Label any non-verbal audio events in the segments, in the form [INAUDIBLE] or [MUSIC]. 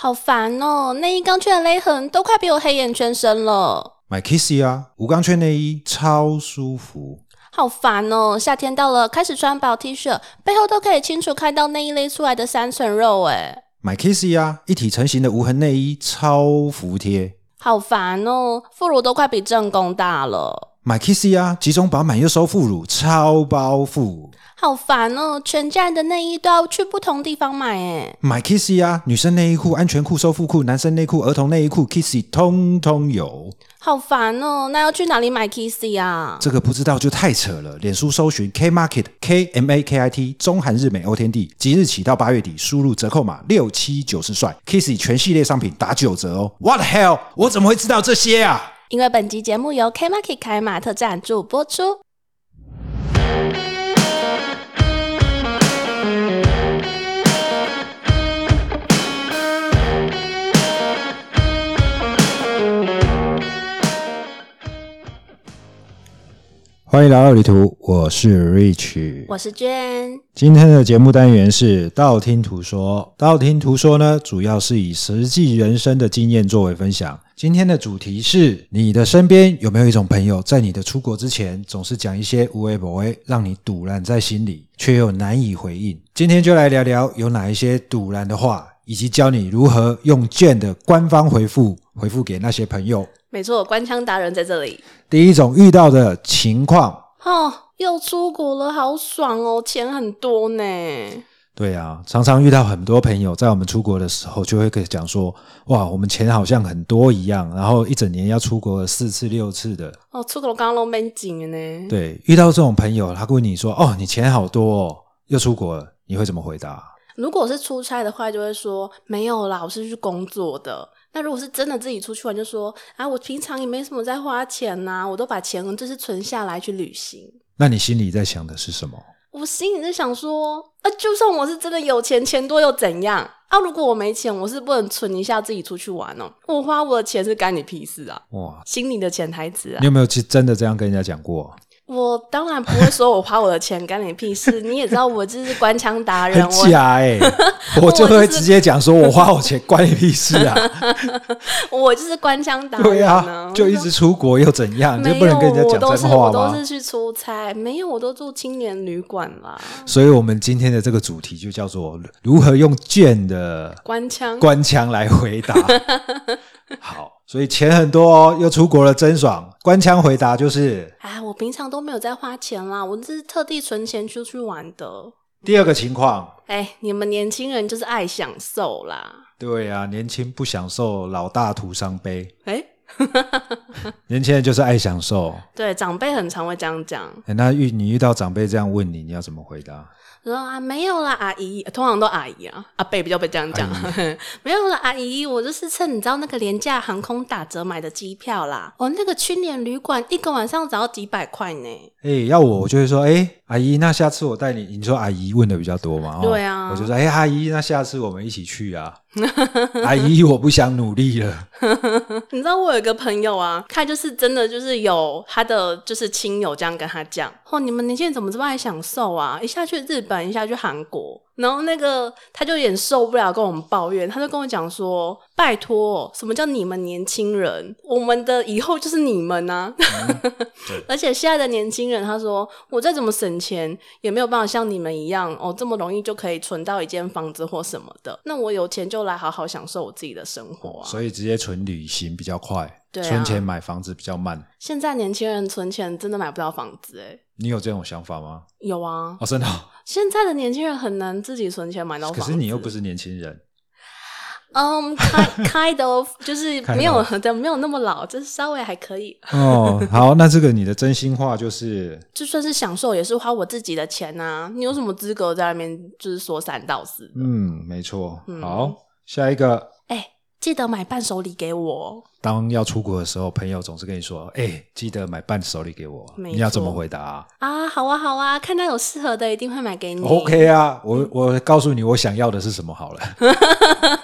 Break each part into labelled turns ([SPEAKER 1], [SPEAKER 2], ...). [SPEAKER 1] 好烦哦！内衣钢圈的勒痕都快比我黑眼圈深了，
[SPEAKER 2] 买 Kissy 啊，无钢圈内衣超舒服。
[SPEAKER 1] 好烦哦！夏天到了，开始穿薄 T 恤，背后都可以清楚看到内衣勒出来的三层肉，哎，
[SPEAKER 2] 买 Kissy 啊，一体成型的无痕内衣超服帖。
[SPEAKER 1] 好烦哦！副乳都快比正宫大了，
[SPEAKER 2] 买 Kissy 啊，集中把满又收副乳超包覆。
[SPEAKER 1] 好烦哦！全家人的内衣都要去不同地方买，哎，
[SPEAKER 2] 买 Kissy 啊，女生内衣裤、安全裤、收腹裤、男生内裤、儿童内衣裤，Kissy 通通有。
[SPEAKER 1] 好烦哦！那要去哪里买 Kissy 啊？
[SPEAKER 2] 这个不知道就太扯了。脸书搜寻 K Market K M A K I T 中韩日美欧天地，即日起到八月底，输入折扣码六七九十帅，Kissy 全系列商品打九折哦。What the hell？我怎么会知道这些啊？
[SPEAKER 1] 因为本集节目由 K Market 凯马特赞助播出。
[SPEAKER 2] 欢迎来到旅途，我是 Rich，
[SPEAKER 1] 我是娟，
[SPEAKER 2] 今天的节目单元是道听途说。道听途说呢，主要是以实际人生的经验作为分享。今天的主题是：你的身边有没有一种朋友，在你的出国之前，总是讲一些无为不为，让你堵然在心里，却又难以回应？今天就来聊聊有哪一些堵然的话，以及教你如何用卷的官方回复回复给那些朋友。
[SPEAKER 1] 没错，官腔达人在这里。
[SPEAKER 2] 第一种遇到的情况
[SPEAKER 1] 哦，又出国了，好爽哦，钱很多呢。
[SPEAKER 2] 对啊，常常遇到很多朋友在我们出国的时候，就会跟讲说，哇，我们钱好像很多一样，然后一整年要出国四次六次的。
[SPEAKER 1] 哦，出国刚刚都没紧的呢。
[SPEAKER 2] 对，遇到这种朋友，他问你说，哦，你钱好多哦，又出国了，你会怎么回答？
[SPEAKER 1] 如果是出差的话，就会说没有啦，我是去工作的。那如果是真的自己出去玩，就说啊，我平常也没什么在花钱呐、我都把钱就是存下来去旅行。
[SPEAKER 2] 那你心里在想的是什么？
[SPEAKER 1] 我心里就想说，啊，就算我是真的有钱，钱多又怎样？啊，如果我没钱，我是不能存一下自己出去玩哦。我花我的钱是干你屁事啊！
[SPEAKER 2] 哇，
[SPEAKER 1] 心里的潜台词啊
[SPEAKER 2] 你，有没有去真的这样跟人家讲过？
[SPEAKER 1] 我当然不会说我花我的钱干你屁事。你也知道我就是官腔达人，
[SPEAKER 2] 很
[SPEAKER 1] 我
[SPEAKER 2] 假
[SPEAKER 1] [LAUGHS]
[SPEAKER 2] 哎、我就会直接讲说，我花我钱关你屁事啊！
[SPEAKER 1] [LAUGHS] 我就是官腔达
[SPEAKER 2] 对
[SPEAKER 1] 人
[SPEAKER 2] 啊，就一直出国又怎样？你就
[SPEAKER 1] 没
[SPEAKER 2] 不
[SPEAKER 1] 有，
[SPEAKER 2] 能跟人家
[SPEAKER 1] 我
[SPEAKER 2] 讲
[SPEAKER 1] 都是
[SPEAKER 2] 真话
[SPEAKER 1] 我
[SPEAKER 2] 吗？
[SPEAKER 1] 都是去出差，没有，我都住青年旅馆啦。
[SPEAKER 2] 所以，我们今天的这个主题就叫做如何用剑的
[SPEAKER 1] 官腔，
[SPEAKER 2] 官腔来
[SPEAKER 1] [LAUGHS]
[SPEAKER 2] 回答。好，所以钱很多哦，又出国了，真爽。官腔回答就是
[SPEAKER 1] 哎，我平常都没有在花钱啦，我这是特地存钱出去玩的。
[SPEAKER 2] 第二个情况。
[SPEAKER 1] 哎，你们年轻人就是爱享受啦。
[SPEAKER 2] 对啊，年轻不享受，老大徒伤悲。
[SPEAKER 1] 哎，
[SPEAKER 2] 年轻人就是爱享受。
[SPEAKER 1] 对，长辈很常会这样讲，
[SPEAKER 2] 诶那遇你遇到长辈这样问你，你要怎么回答？
[SPEAKER 1] 说啊没有啦，阿姨，通常都阿姨啊，阿贝比较被这样讲， [LAUGHS] 没有啦，阿姨，我就是趁你知道那个廉价航空打折买的机票啦，哦，那个青年旅馆一个晚上只要几百块呢。
[SPEAKER 2] 哎、要我我就会说，哎、阿姨，那下次我带你。你说阿姨问的比较多嘛？哦
[SPEAKER 1] 对啊
[SPEAKER 2] 我就说，哎、阿姨，那下次我们一起
[SPEAKER 1] [LAUGHS]
[SPEAKER 2] 去啊。阿姨，我不想努力了。
[SPEAKER 1] [LAUGHS] 你知道我有一个朋友啊，他就是真的就是有他的就是亲友这样跟他讲，哦，你们年轻人怎么这么爱享受啊？一下去日本，一下去韩国，然后那个他就有点受不了，跟我们抱怨，他就跟我讲说，拜托，哦什么叫你们年轻人？我们的以后就是你们呐、 [LAUGHS] 而且现在的年轻人，他说我再怎么省钱，也没有办法像你们一样哦，这么容易就可以存到一间房子或什么的。那我有钱就来好好享受我自己的生活啊。
[SPEAKER 2] 所以直接存旅行比较快，
[SPEAKER 1] 对啊
[SPEAKER 2] 存钱买房子比较慢。
[SPEAKER 1] 现在年轻人存钱真的买不到房子、欸，
[SPEAKER 2] 你有这种想法吗？
[SPEAKER 1] 有啊，
[SPEAKER 2] 哦，真的哦、
[SPEAKER 1] 现在的年轻人很难自己存钱买到房
[SPEAKER 2] 可
[SPEAKER 1] 子。
[SPEAKER 2] 是你又不，是年轻人，
[SPEAKER 1] 嗯、k [LAUGHS] i n d of，就是没有
[SPEAKER 2] [LAUGHS] Kind
[SPEAKER 1] 对，没有那么老，就是稍微还可以，
[SPEAKER 2] [LAUGHS] 哦。好，那这个你的真心话就是，
[SPEAKER 1] 就算是享受，也是花我自己的钱啊。你有什么资格在那边就是说三道四？
[SPEAKER 2] 嗯，没错。
[SPEAKER 1] 嗯
[SPEAKER 2] 好，下一个
[SPEAKER 1] 哎、记得买伴手礼给我哦。
[SPEAKER 2] 当要出国的时候，朋友总是跟你说：“哎、记得买伴手礼给我。”
[SPEAKER 1] 没
[SPEAKER 2] 你要怎
[SPEAKER 1] 错
[SPEAKER 2] 么回答啊、
[SPEAKER 1] 啊，好啊，好啊，看到有适合的一定会买给你。
[SPEAKER 2] OK 啊，我我告诉你我想要的是什么好了，
[SPEAKER 1] [LAUGHS]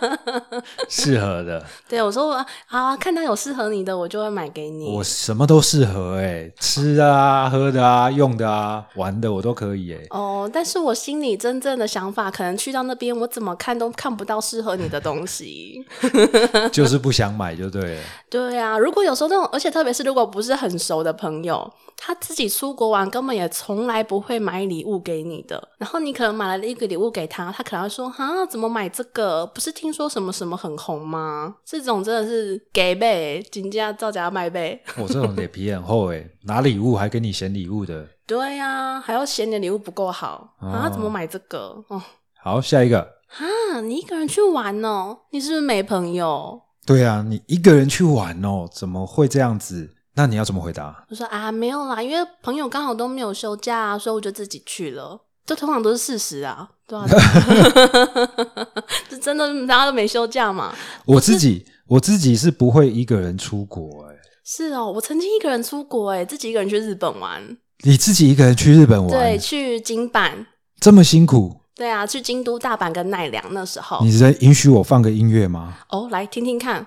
[SPEAKER 2] 适合的，
[SPEAKER 1] 对，我说啊啊，看到有适合你的，我就会买给你。
[SPEAKER 2] 我什么都适合哎、吃的啊、喝的啊、用的啊、玩的我都可以哎、
[SPEAKER 1] 哦，但是我心里真正的想法，可能去到那边，我怎么看都看不到适合你的东西。
[SPEAKER 2] 就是不想买就对了。
[SPEAKER 1] 对啊，如果有时候那种，而且特别是如果不是很熟的朋友，他自己出国玩，根本也从来不会买礼物给你的。然后你可能买了一个礼物给他，他可能会说：“哈，怎么买这个？不是听说什么什么很红吗？”这种真的是给呗，金价造假卖呗。
[SPEAKER 2] 我、这种脸皮很厚哎、拿礼物还跟你嫌礼物的。
[SPEAKER 1] 对呀、还要嫌你的礼物不够好啊？怎么买这个？哦，
[SPEAKER 2] 好，下一个。
[SPEAKER 1] 哈，啊你一个人去玩哦？你是不是没朋友？
[SPEAKER 2] 对啊，你一个人去玩哦，怎么会这样子？那你要怎么回答？
[SPEAKER 1] 我说啊，没有啦，因为朋友刚好都没有休假、啊，所以我就自己去了。这通常都是事实啊，对啊， [LAUGHS] 这真的大家都没休假嘛。
[SPEAKER 2] 我自己，我自己是不会一个人出国哎、
[SPEAKER 1] 是哦，我曾经一个人出国、欸，自己一个人去日本玩，
[SPEAKER 2] 你自己一个人去日本
[SPEAKER 1] 对，
[SPEAKER 2] 玩，
[SPEAKER 1] 去京阪，
[SPEAKER 2] 这么辛苦，
[SPEAKER 1] 对啊，去京都、大阪跟奈良那时候
[SPEAKER 2] 你。能允许我放个音乐吗？
[SPEAKER 1] 哦，来听听看，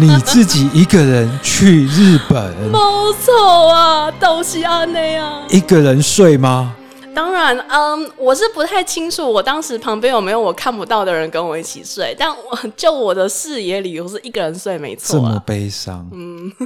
[SPEAKER 2] 你自己一个人去日
[SPEAKER 1] [LAUGHS]
[SPEAKER 2] 本，
[SPEAKER 1] 好丑啊，都是安内啊。
[SPEAKER 2] 一个人睡吗？
[SPEAKER 1] 当然，嗯，我是不太清楚我当时旁边有没有我看不到的人跟我一起睡，但我 [LAUGHS] 就我的视野里，我是一个人睡没
[SPEAKER 2] 这
[SPEAKER 1] 错
[SPEAKER 2] 么
[SPEAKER 1] 啊，嗯
[SPEAKER 2] 悲伤，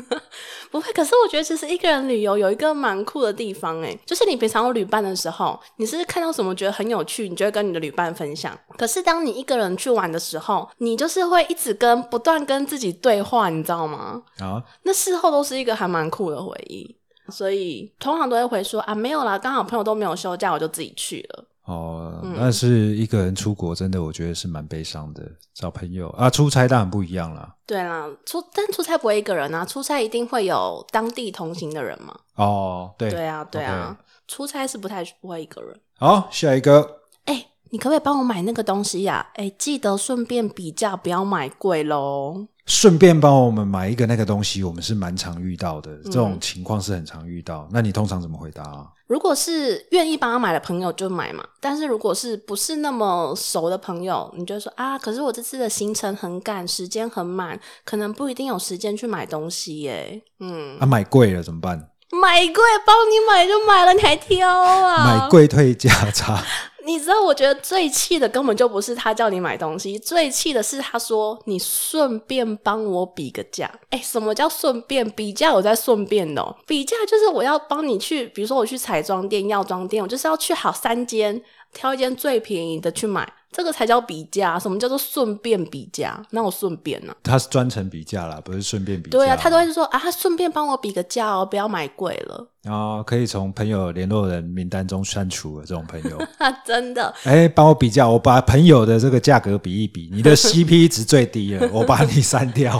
[SPEAKER 1] [LAUGHS] 不会。可是我觉得其实一个人旅游有一个蛮酷的地方、哎，就是你平常有旅伴的时候，你是看到什么觉得很有趣，你就会跟你的旅伴分享。可是当你一个人去玩的时候，你就是会一直跟不断跟自己对话，你知道吗？
[SPEAKER 2] 啊！
[SPEAKER 1] 那事后都是一个还蛮酷的回忆。所以通常都会回说啊，没有啦，刚好朋友都没有休假，我就自己去了。
[SPEAKER 2] 哦，
[SPEAKER 1] 嗯
[SPEAKER 2] 但是一个人出国，真的我觉得是蛮悲伤的。找朋友啊，出差当然不一样啦。
[SPEAKER 1] 对啦，出但出差不会一个人啊，出差一定会有当地同行的人嘛。
[SPEAKER 2] 哦，对，
[SPEAKER 1] 对啊，对啊出差是不太不会一个人。
[SPEAKER 2] 好，下一个，
[SPEAKER 1] 哎、你可不可以帮我买那个东西呀、哎、记得顺便比价，不要买贵喽。
[SPEAKER 2] 顺便帮我们买一个那个东西，我们是蛮常遇到
[SPEAKER 1] 嗯
[SPEAKER 2] 的，这种情况是很常遇到。那你通常怎么回答啊？
[SPEAKER 1] 如果是愿意帮他买的朋友就买嘛，但是如果是不是那么熟的朋友，你就会说啊，可是我这次的行程很赶，时间很满，可能不一定有时间去买东西耶。嗯，
[SPEAKER 2] 啊，买贵了怎么办？
[SPEAKER 1] 买贵帮你买就买了，你还挑啊？
[SPEAKER 2] 买贵退价差， [LAUGHS]
[SPEAKER 1] 你知道，我觉得最气的根本就不是他叫你买东西，最气的是他说你顺便帮我比个价。哎，什么叫顺便比价？有在顺便的哦、比价就是我要帮你去，比如说我去彩妆店、药妆店，我就是要去好三间，挑一间最便宜的去买，这个才叫比价。啊什么叫做顺便比价？那我顺便呢、
[SPEAKER 2] 他是专程比价啦，不是顺便比价。
[SPEAKER 1] 对啊，他都会说啊，他顺便帮我比个价哦，不要买贵了。 [LAUGHS]
[SPEAKER 2] 然后可以从朋友联络人名单中删除了这种朋友。 [LAUGHS]
[SPEAKER 1] 啊，真的，
[SPEAKER 2] 哎，帮我比价，我把朋友的这个价格比一比，你的 CP 值最低了，我把你删掉。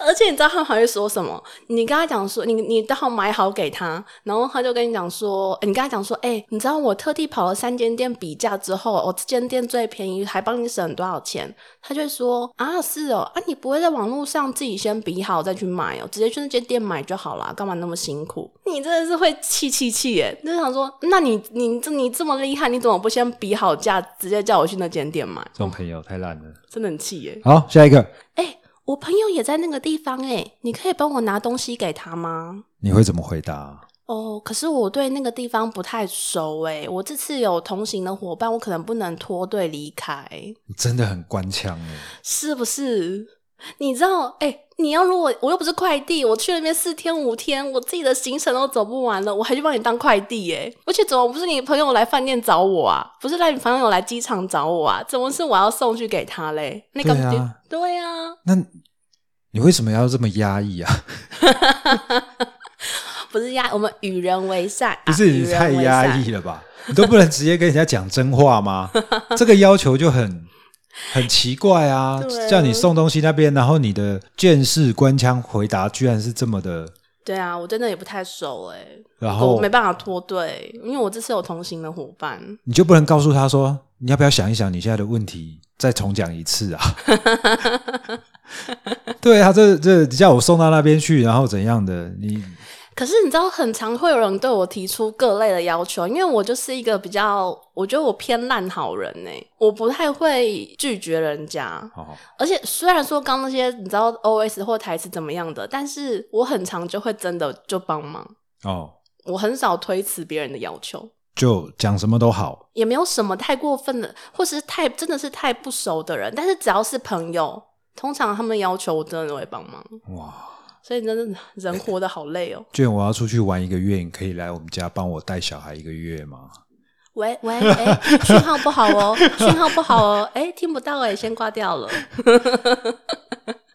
[SPEAKER 1] 而且你知道他们还会说什么？你跟他讲说，你你刚好买好给他，然后他就跟你讲说，欸你跟他讲说，哎、你知道我特地跑了三间店比价之后，我、这间店最便宜，还帮你省多少钱？他就会说啊，是哦，啊，你不会在网络上自己先比好再去买哦，直接去那间店买就好啦，干嘛那么辛苦？你真的是会气气气耶！就想说，那你你这你这么厉害，你怎么不先比好价，直接叫我去那间店买？
[SPEAKER 2] 这种朋友太烂了。
[SPEAKER 1] 真的很气耶！
[SPEAKER 2] 好，下一个，
[SPEAKER 1] 哎、我朋友也在那个地方哎、你可以帮我拿东西给他吗？
[SPEAKER 2] 你会怎么回答？
[SPEAKER 1] 哦，可是我对那个地方不太熟哎、我这次有同行的伙伴，我可能不能脱队离开，
[SPEAKER 2] 你真的很官腔哎。
[SPEAKER 1] 是不是？你知道哎、你要如果我又不是快递，我去那边四天五天，我自己的行程都走不完了，我还去帮你当快递哎、而且怎么不是你朋友来饭店找我啊？不是让你朋友来机场找我啊？怎么是我要送去给他嘞？那个
[SPEAKER 2] 对啊
[SPEAKER 1] 对啊，
[SPEAKER 2] 那你为什么要这么压抑啊？
[SPEAKER 1] 不是压，我们与人为善，
[SPEAKER 2] 不
[SPEAKER 1] 啊
[SPEAKER 2] 是你太压。
[SPEAKER 1] 与人为善
[SPEAKER 2] 抑了吧？你都不能直接跟人家讲真
[SPEAKER 1] [LAUGHS]
[SPEAKER 2] 话吗？这个要求就很很奇怪啊！
[SPEAKER 1] 对啊
[SPEAKER 2] 叫你送东西那边，然后你的见识官腔回答居然是这么的，
[SPEAKER 1] 对啊，我真的也不太熟哎、欸，
[SPEAKER 2] 然
[SPEAKER 1] 我
[SPEAKER 2] 后
[SPEAKER 1] 没办法脱队，因为我这次有同行的伙伴。
[SPEAKER 2] 你就不能告诉他说，你要不要想一想你现在的问题，再重讲一次啊？对啊，这这你叫我送到那边去，然后怎样的？你
[SPEAKER 1] 可是你知道，很常会有人对我提出各类的要求，因为我就是一个比较，我觉得我偏烂好人呢、我不太会拒绝人家。
[SPEAKER 2] 哦，
[SPEAKER 1] 而且虽然说刚那些你知道 O S 或台词怎么样的，但是我很常就会真的就帮忙，
[SPEAKER 2] 哦，
[SPEAKER 1] 我很少推辞别人的要求，
[SPEAKER 2] 就讲什么都好，
[SPEAKER 1] 也没有什么太过分的，或是太真的是太不熟的人，但是只要是朋友，通常他们要求我真的会帮忙，
[SPEAKER 2] 哇！
[SPEAKER 1] 所以真的人活得好累哦。
[SPEAKER 2] 卷，我要出去玩一个月，你可以来我们家帮我带小孩一个月吗？
[SPEAKER 1] 喂喂，哎、讯号不好哦， [LAUGHS] 讯号不好哦，哎、听不到哎、先挂掉了。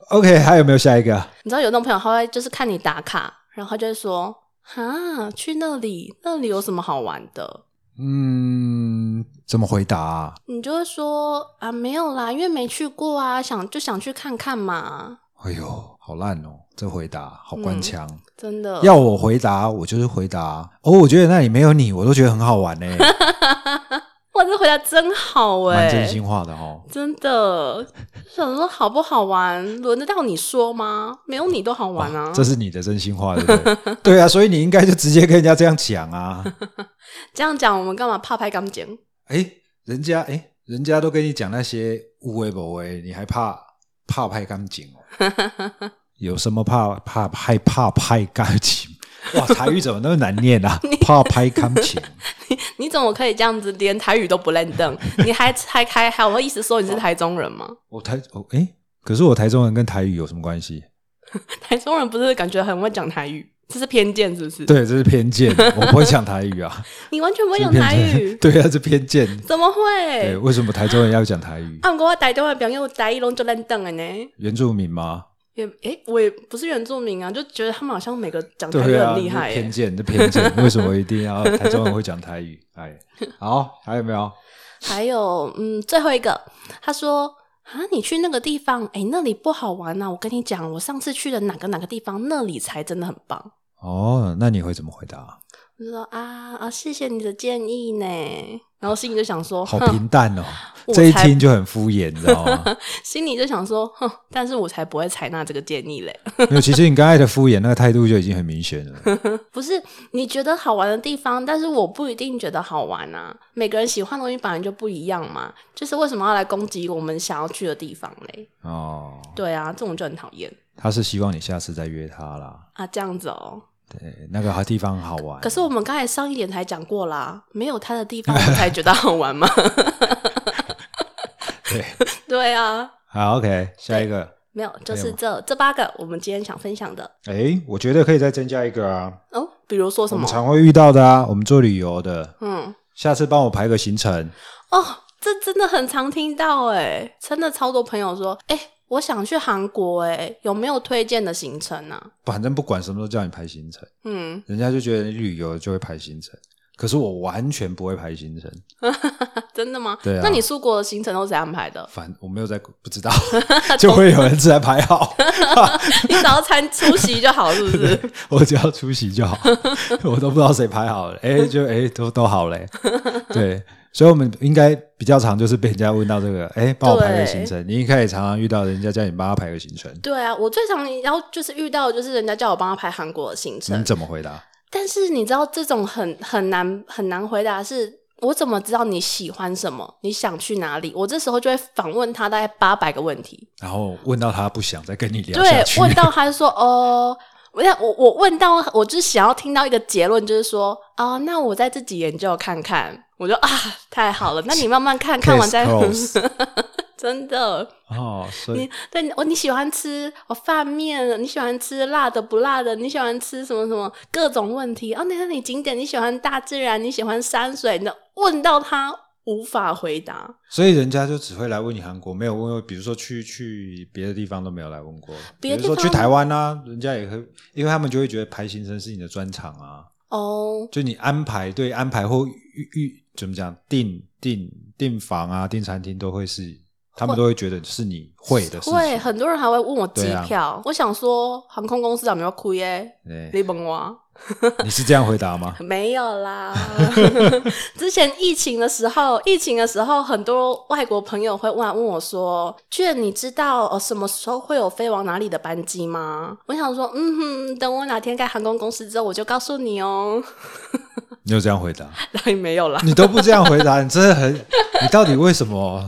[SPEAKER 2] OK，还有没有下一个？
[SPEAKER 1] 你知道有那种朋友，他会就是看你打卡，然后他就会说：“哈，去那里，那里有什么好玩的
[SPEAKER 2] 嗯，怎么回答、啊？”
[SPEAKER 1] 你就会说：“啊，没有啦，因为没去过啊，想就想去看看嘛。
[SPEAKER 2] 哎呦，好烂哦，这回答好官腔。”
[SPEAKER 1] 真的，
[SPEAKER 2] 要我回答，我就是回答。哦，我觉得那里没有你，我都觉得很好玩呢、欸
[SPEAKER 1] 哇，这回答真好哎、
[SPEAKER 2] 蛮真心话的哦。
[SPEAKER 1] 真的，想说好不好玩，轮得到你说吗？没有你都好玩啊，
[SPEAKER 2] 哦这是你的真心话，对不对？ [LAUGHS] 对啊，所以你应该就直接跟人家这样讲啊。 [LAUGHS]
[SPEAKER 1] 这样讲我们干嘛怕拍钢剪？
[SPEAKER 2] 哎，人家哎，人家都跟你讲那些无为不为，你还怕怕拍钢琴哦？
[SPEAKER 1] [LAUGHS]
[SPEAKER 2] 有什么怕怕害怕拍钢琴？ [LAUGHS] 哇，台语怎么那么难
[SPEAKER 1] [LAUGHS]
[SPEAKER 2] 念啊？怕拍钢琴，
[SPEAKER 1] 你怎么可以这样子，连台语都不认
[SPEAKER 2] [LAUGHS]
[SPEAKER 1] 得？你还还还还有意思说你是台中人吗？
[SPEAKER 2] 我台哦哎，可是我台中人跟台语有什么关系？
[SPEAKER 1] 台中人不是感觉很会讲台语？这是偏见是不是？
[SPEAKER 2] 对，这是
[SPEAKER 1] [LAUGHS]
[SPEAKER 2] 偏见，我不会讲台语啊。
[SPEAKER 1] 你完全不会讲
[SPEAKER 2] 这是
[SPEAKER 1] 台
[SPEAKER 2] 偏见，
[SPEAKER 1] 语
[SPEAKER 2] [LAUGHS] 对啊，这偏见。
[SPEAKER 1] 怎么
[SPEAKER 2] 对，
[SPEAKER 1] 会？
[SPEAKER 2] 为什么台中人要讲台语？
[SPEAKER 1] 啊，我跟我台中的朋友台语拢就认得的呢。
[SPEAKER 2] 原住民吗？
[SPEAKER 1] 也诶、我也不是原住民啊，就觉得他们好像每个讲台语
[SPEAKER 2] 对啊，
[SPEAKER 1] 很厉害、
[SPEAKER 2] 这
[SPEAKER 1] 欸
[SPEAKER 2] 偏见， [LAUGHS] 这偏见，为什么一定要台中人会讲
[SPEAKER 1] [LAUGHS]
[SPEAKER 2] 台语？哎，好，还有没有？
[SPEAKER 1] 还有，嗯，最后一个，他说啊，你去那个地方，诶、那里不好玩啊。我跟你讲，我上次去的哪个哪个地方，那里才真的很棒。
[SPEAKER 2] 哦，那你会怎么回答？
[SPEAKER 1] 我就说啊啊，谢谢你的建议呢。然后心里就想说，
[SPEAKER 2] 好
[SPEAKER 1] 哼
[SPEAKER 2] 平淡哦，
[SPEAKER 1] [LAUGHS] 我
[SPEAKER 2] 这一
[SPEAKER 1] 才
[SPEAKER 2] 听就很敷衍，你知道吗？
[SPEAKER 1] [LAUGHS] 心里就想说，哼，但是我才不会采纳这个建议嘞。 [LAUGHS]
[SPEAKER 2] 没有，其实你刚才的敷衍那个态度就已经很明显了。
[SPEAKER 1] 不是你觉得好玩的地方，但是我不一定觉得好玩啊。每个人喜欢的东西本来就不一样嘛，就是为什么要来攻击我们想要去的地方嘞？
[SPEAKER 2] 哦，
[SPEAKER 1] 对啊，这种就很讨厌
[SPEAKER 2] 他是希望你下次再约他啦。
[SPEAKER 1] 啊，这样子哦。
[SPEAKER 2] 对，那个地方好玩。
[SPEAKER 1] 可是我们刚才上一点才讲过啦，没有他的地
[SPEAKER 2] [LAUGHS]
[SPEAKER 1] 方，我们才觉得好玩嘛。
[SPEAKER 2] 对，
[SPEAKER 1] 对啊，
[SPEAKER 2] 好，OK，下一个。
[SPEAKER 1] 没有，就
[SPEAKER 2] 还有
[SPEAKER 1] 是
[SPEAKER 2] 吗
[SPEAKER 1] 这这八个我们今天想分享的
[SPEAKER 2] 哎，我觉得可以再增加一个啊，
[SPEAKER 1] 哦，比如说
[SPEAKER 2] 我
[SPEAKER 1] 什
[SPEAKER 2] 们
[SPEAKER 1] 么？
[SPEAKER 2] 常会遇到的啊，我们做旅游的，
[SPEAKER 1] 嗯，
[SPEAKER 2] 下次帮我排个行程。
[SPEAKER 1] 哦，这真的很常听到哎、真的超多朋友说，哎、我想去韩国哎、有没有推荐的行程啊？
[SPEAKER 2] 反正不管什么都叫你排行程，
[SPEAKER 1] 嗯，
[SPEAKER 2] 人家就觉得你旅游就会排行程。可是我完全不会排行程，
[SPEAKER 1] 真的吗？
[SPEAKER 2] 对啊？
[SPEAKER 1] 那你出国的行程都是谁安排的 [LAUGHS]
[SPEAKER 2] 反我没有在不知道， [LAUGHS] 就会有人自然排好。
[SPEAKER 1] 你只要参出席就好，是不是？
[SPEAKER 2] [LAUGHS] 我只要出席就好，我都不知道谁
[SPEAKER 1] [LAUGHS]
[SPEAKER 2] 排好了，哎、就哎、都都好嘞、对，所以我们应该比较常就是被人家问到这个，哎、帮我排个行程。你应该也常常遇到人家叫你帮他排个行程，
[SPEAKER 1] 对啊，我最常然后就是遇到的就是人家叫我帮他排韩国的行程
[SPEAKER 2] 你，怎么回答？
[SPEAKER 1] 但是你知道这种很很难很难回答是。我怎么知道你喜欢什么？你想去哪里？我这时候就会反问他大概八百个问题，
[SPEAKER 2] 然后问到他不想再跟你聊下
[SPEAKER 1] 对，
[SPEAKER 2] 去，
[SPEAKER 1] 问到他就说哦，我要我我问到，我就是想要听到一个结论，就是说哦，那我再自己研究看看。我就啊，太好了，那你慢慢看
[SPEAKER 2] Case
[SPEAKER 1] 看完再
[SPEAKER 2] closed
[SPEAKER 1] [LAUGHS] 真的，
[SPEAKER 2] 哦，所以
[SPEAKER 1] 你对你哦，你喜欢吃哦饭面，你喜欢吃辣的不辣的，你喜欢吃什么什么各种问题哦。那那你景点你喜欢大自然，你喜欢山水，你问到他无法回答。
[SPEAKER 2] 所以人家就只会来问你韩国，没有问过，比如说去去别的地方都没有来问过，比
[SPEAKER 1] 别的
[SPEAKER 2] 如
[SPEAKER 1] 地
[SPEAKER 2] 说
[SPEAKER 1] 方
[SPEAKER 2] 去台湾啊，人家也会，因为他们就会觉得排行程是你的专长啊。
[SPEAKER 1] 哦，
[SPEAKER 2] 就你安排对安排或预预怎么讲订订订房啊订餐厅都会是，他们都会觉得是你会的事
[SPEAKER 1] 会
[SPEAKER 2] 情。
[SPEAKER 1] 很多人还会问我机
[SPEAKER 2] 对啊
[SPEAKER 1] 票，我想说航空公司有没有亏耶、
[SPEAKER 2] 对，
[SPEAKER 1] 你问我，
[SPEAKER 2] 哎
[SPEAKER 1] 啊
[SPEAKER 2] 你是这样回答吗？
[SPEAKER 1] [LAUGHS]
[SPEAKER 2] [LAUGHS]
[SPEAKER 1] 没有啦，之前疫情的时候，疫情的时候，很多外国朋友会问问我说：“卷，你知道呃什么时候会有飞往哪里的班机吗？”我想说，嗯哼，等我哪天开航空公司之后，我就告诉你哦。 [LAUGHS]
[SPEAKER 2] 你有这样回答？
[SPEAKER 1] 当然没有啦，
[SPEAKER 2] 你都不这样回答，你真的很，你到底为什么？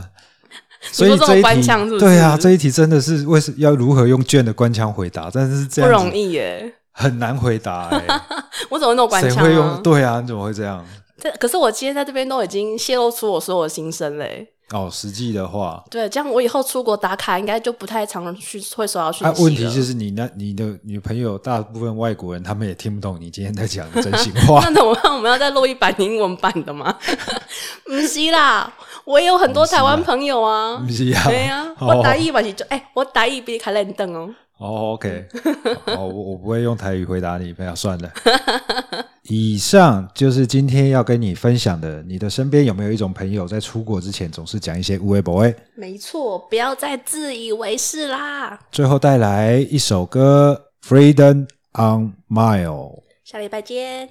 [SPEAKER 2] 所以
[SPEAKER 1] 你说这种
[SPEAKER 2] 这一
[SPEAKER 1] 官
[SPEAKER 2] 题，
[SPEAKER 1] 腔是不是
[SPEAKER 2] 对啊，这一题真的是为什要如何用卷的官腔回答？但是这
[SPEAKER 1] 不
[SPEAKER 2] 样
[SPEAKER 1] 容
[SPEAKER 2] 子
[SPEAKER 1] 易耶。
[SPEAKER 2] 很难
[SPEAKER 1] [LAUGHS]
[SPEAKER 2] 回答、欸，
[SPEAKER 1] 我怎么那么官
[SPEAKER 2] 谁
[SPEAKER 1] 腔
[SPEAKER 2] 会用？
[SPEAKER 1] 啊？
[SPEAKER 2] 对啊，你怎么会这样？
[SPEAKER 1] 这可是我今天在这边都已经泄露出我所有的心声嘞。
[SPEAKER 2] 哦，实际的话，
[SPEAKER 1] 对，这样我以后出国打卡应该就不太常去会收到讯息
[SPEAKER 2] 啊
[SPEAKER 1] 了、，
[SPEAKER 2] 问题就是你那你的女朋友大部分外国人，他们也听不懂你今天在讲的真心话
[SPEAKER 1] [LAUGHS] 那。怎么办？我们要再录一版英文版的吗？ [LAUGHS] 不是啦，我也有很多台湾朋友啊
[SPEAKER 2] 不。是啊，
[SPEAKER 1] 对呀、
[SPEAKER 2] 哦
[SPEAKER 1] 我打译嘛是就哎、我打译比凯练邓哦。
[SPEAKER 2] 哦，OK，哦，我我不会用台语回答你，不要
[SPEAKER 1] [LAUGHS]
[SPEAKER 2] 算了。以上就是今天要跟你分享的。你的身边有没有一种朋友，在出国之前总是讲一些无为不为？
[SPEAKER 1] 没错，不要再自以为是啦。
[SPEAKER 2] 最后带来一首歌《Freedom on Mile》。
[SPEAKER 1] 下礼拜见。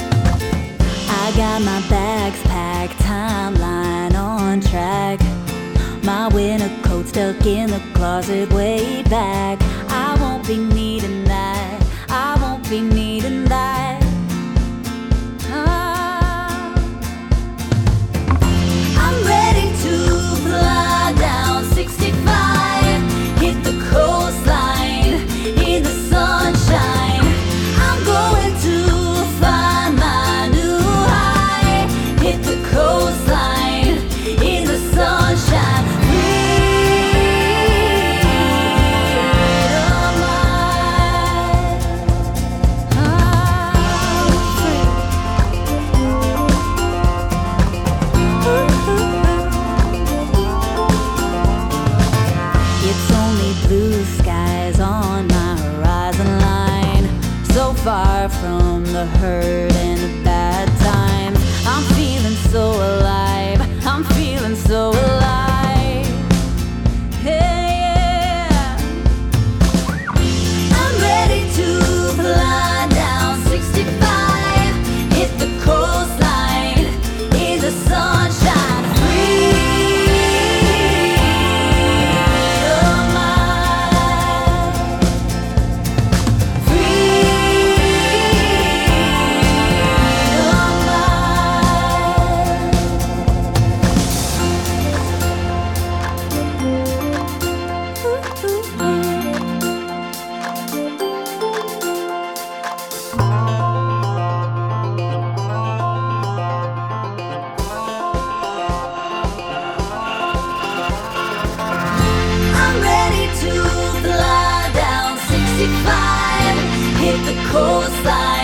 [SPEAKER 3] I got my backpack timeline on track. My winter coat stuck in the closet way back. I won't be needing that. I won't be needing that. Ah. I'm ready to fly down 65, hit the coastline in the sunshine. I'm going to find my new high, hit the coastline in the sunshine. Freedom, I'm Ah, free. It's only blue skies on my horizon line. So far from the hurt and the bad times. I'm feeling so alive. I'm feeling so alive. Hey, yeah. I'm ready to fly down 65, hit the coastline in the sunshine. Freedom, freedom. I'm ready to fly down 65, hit the coastline.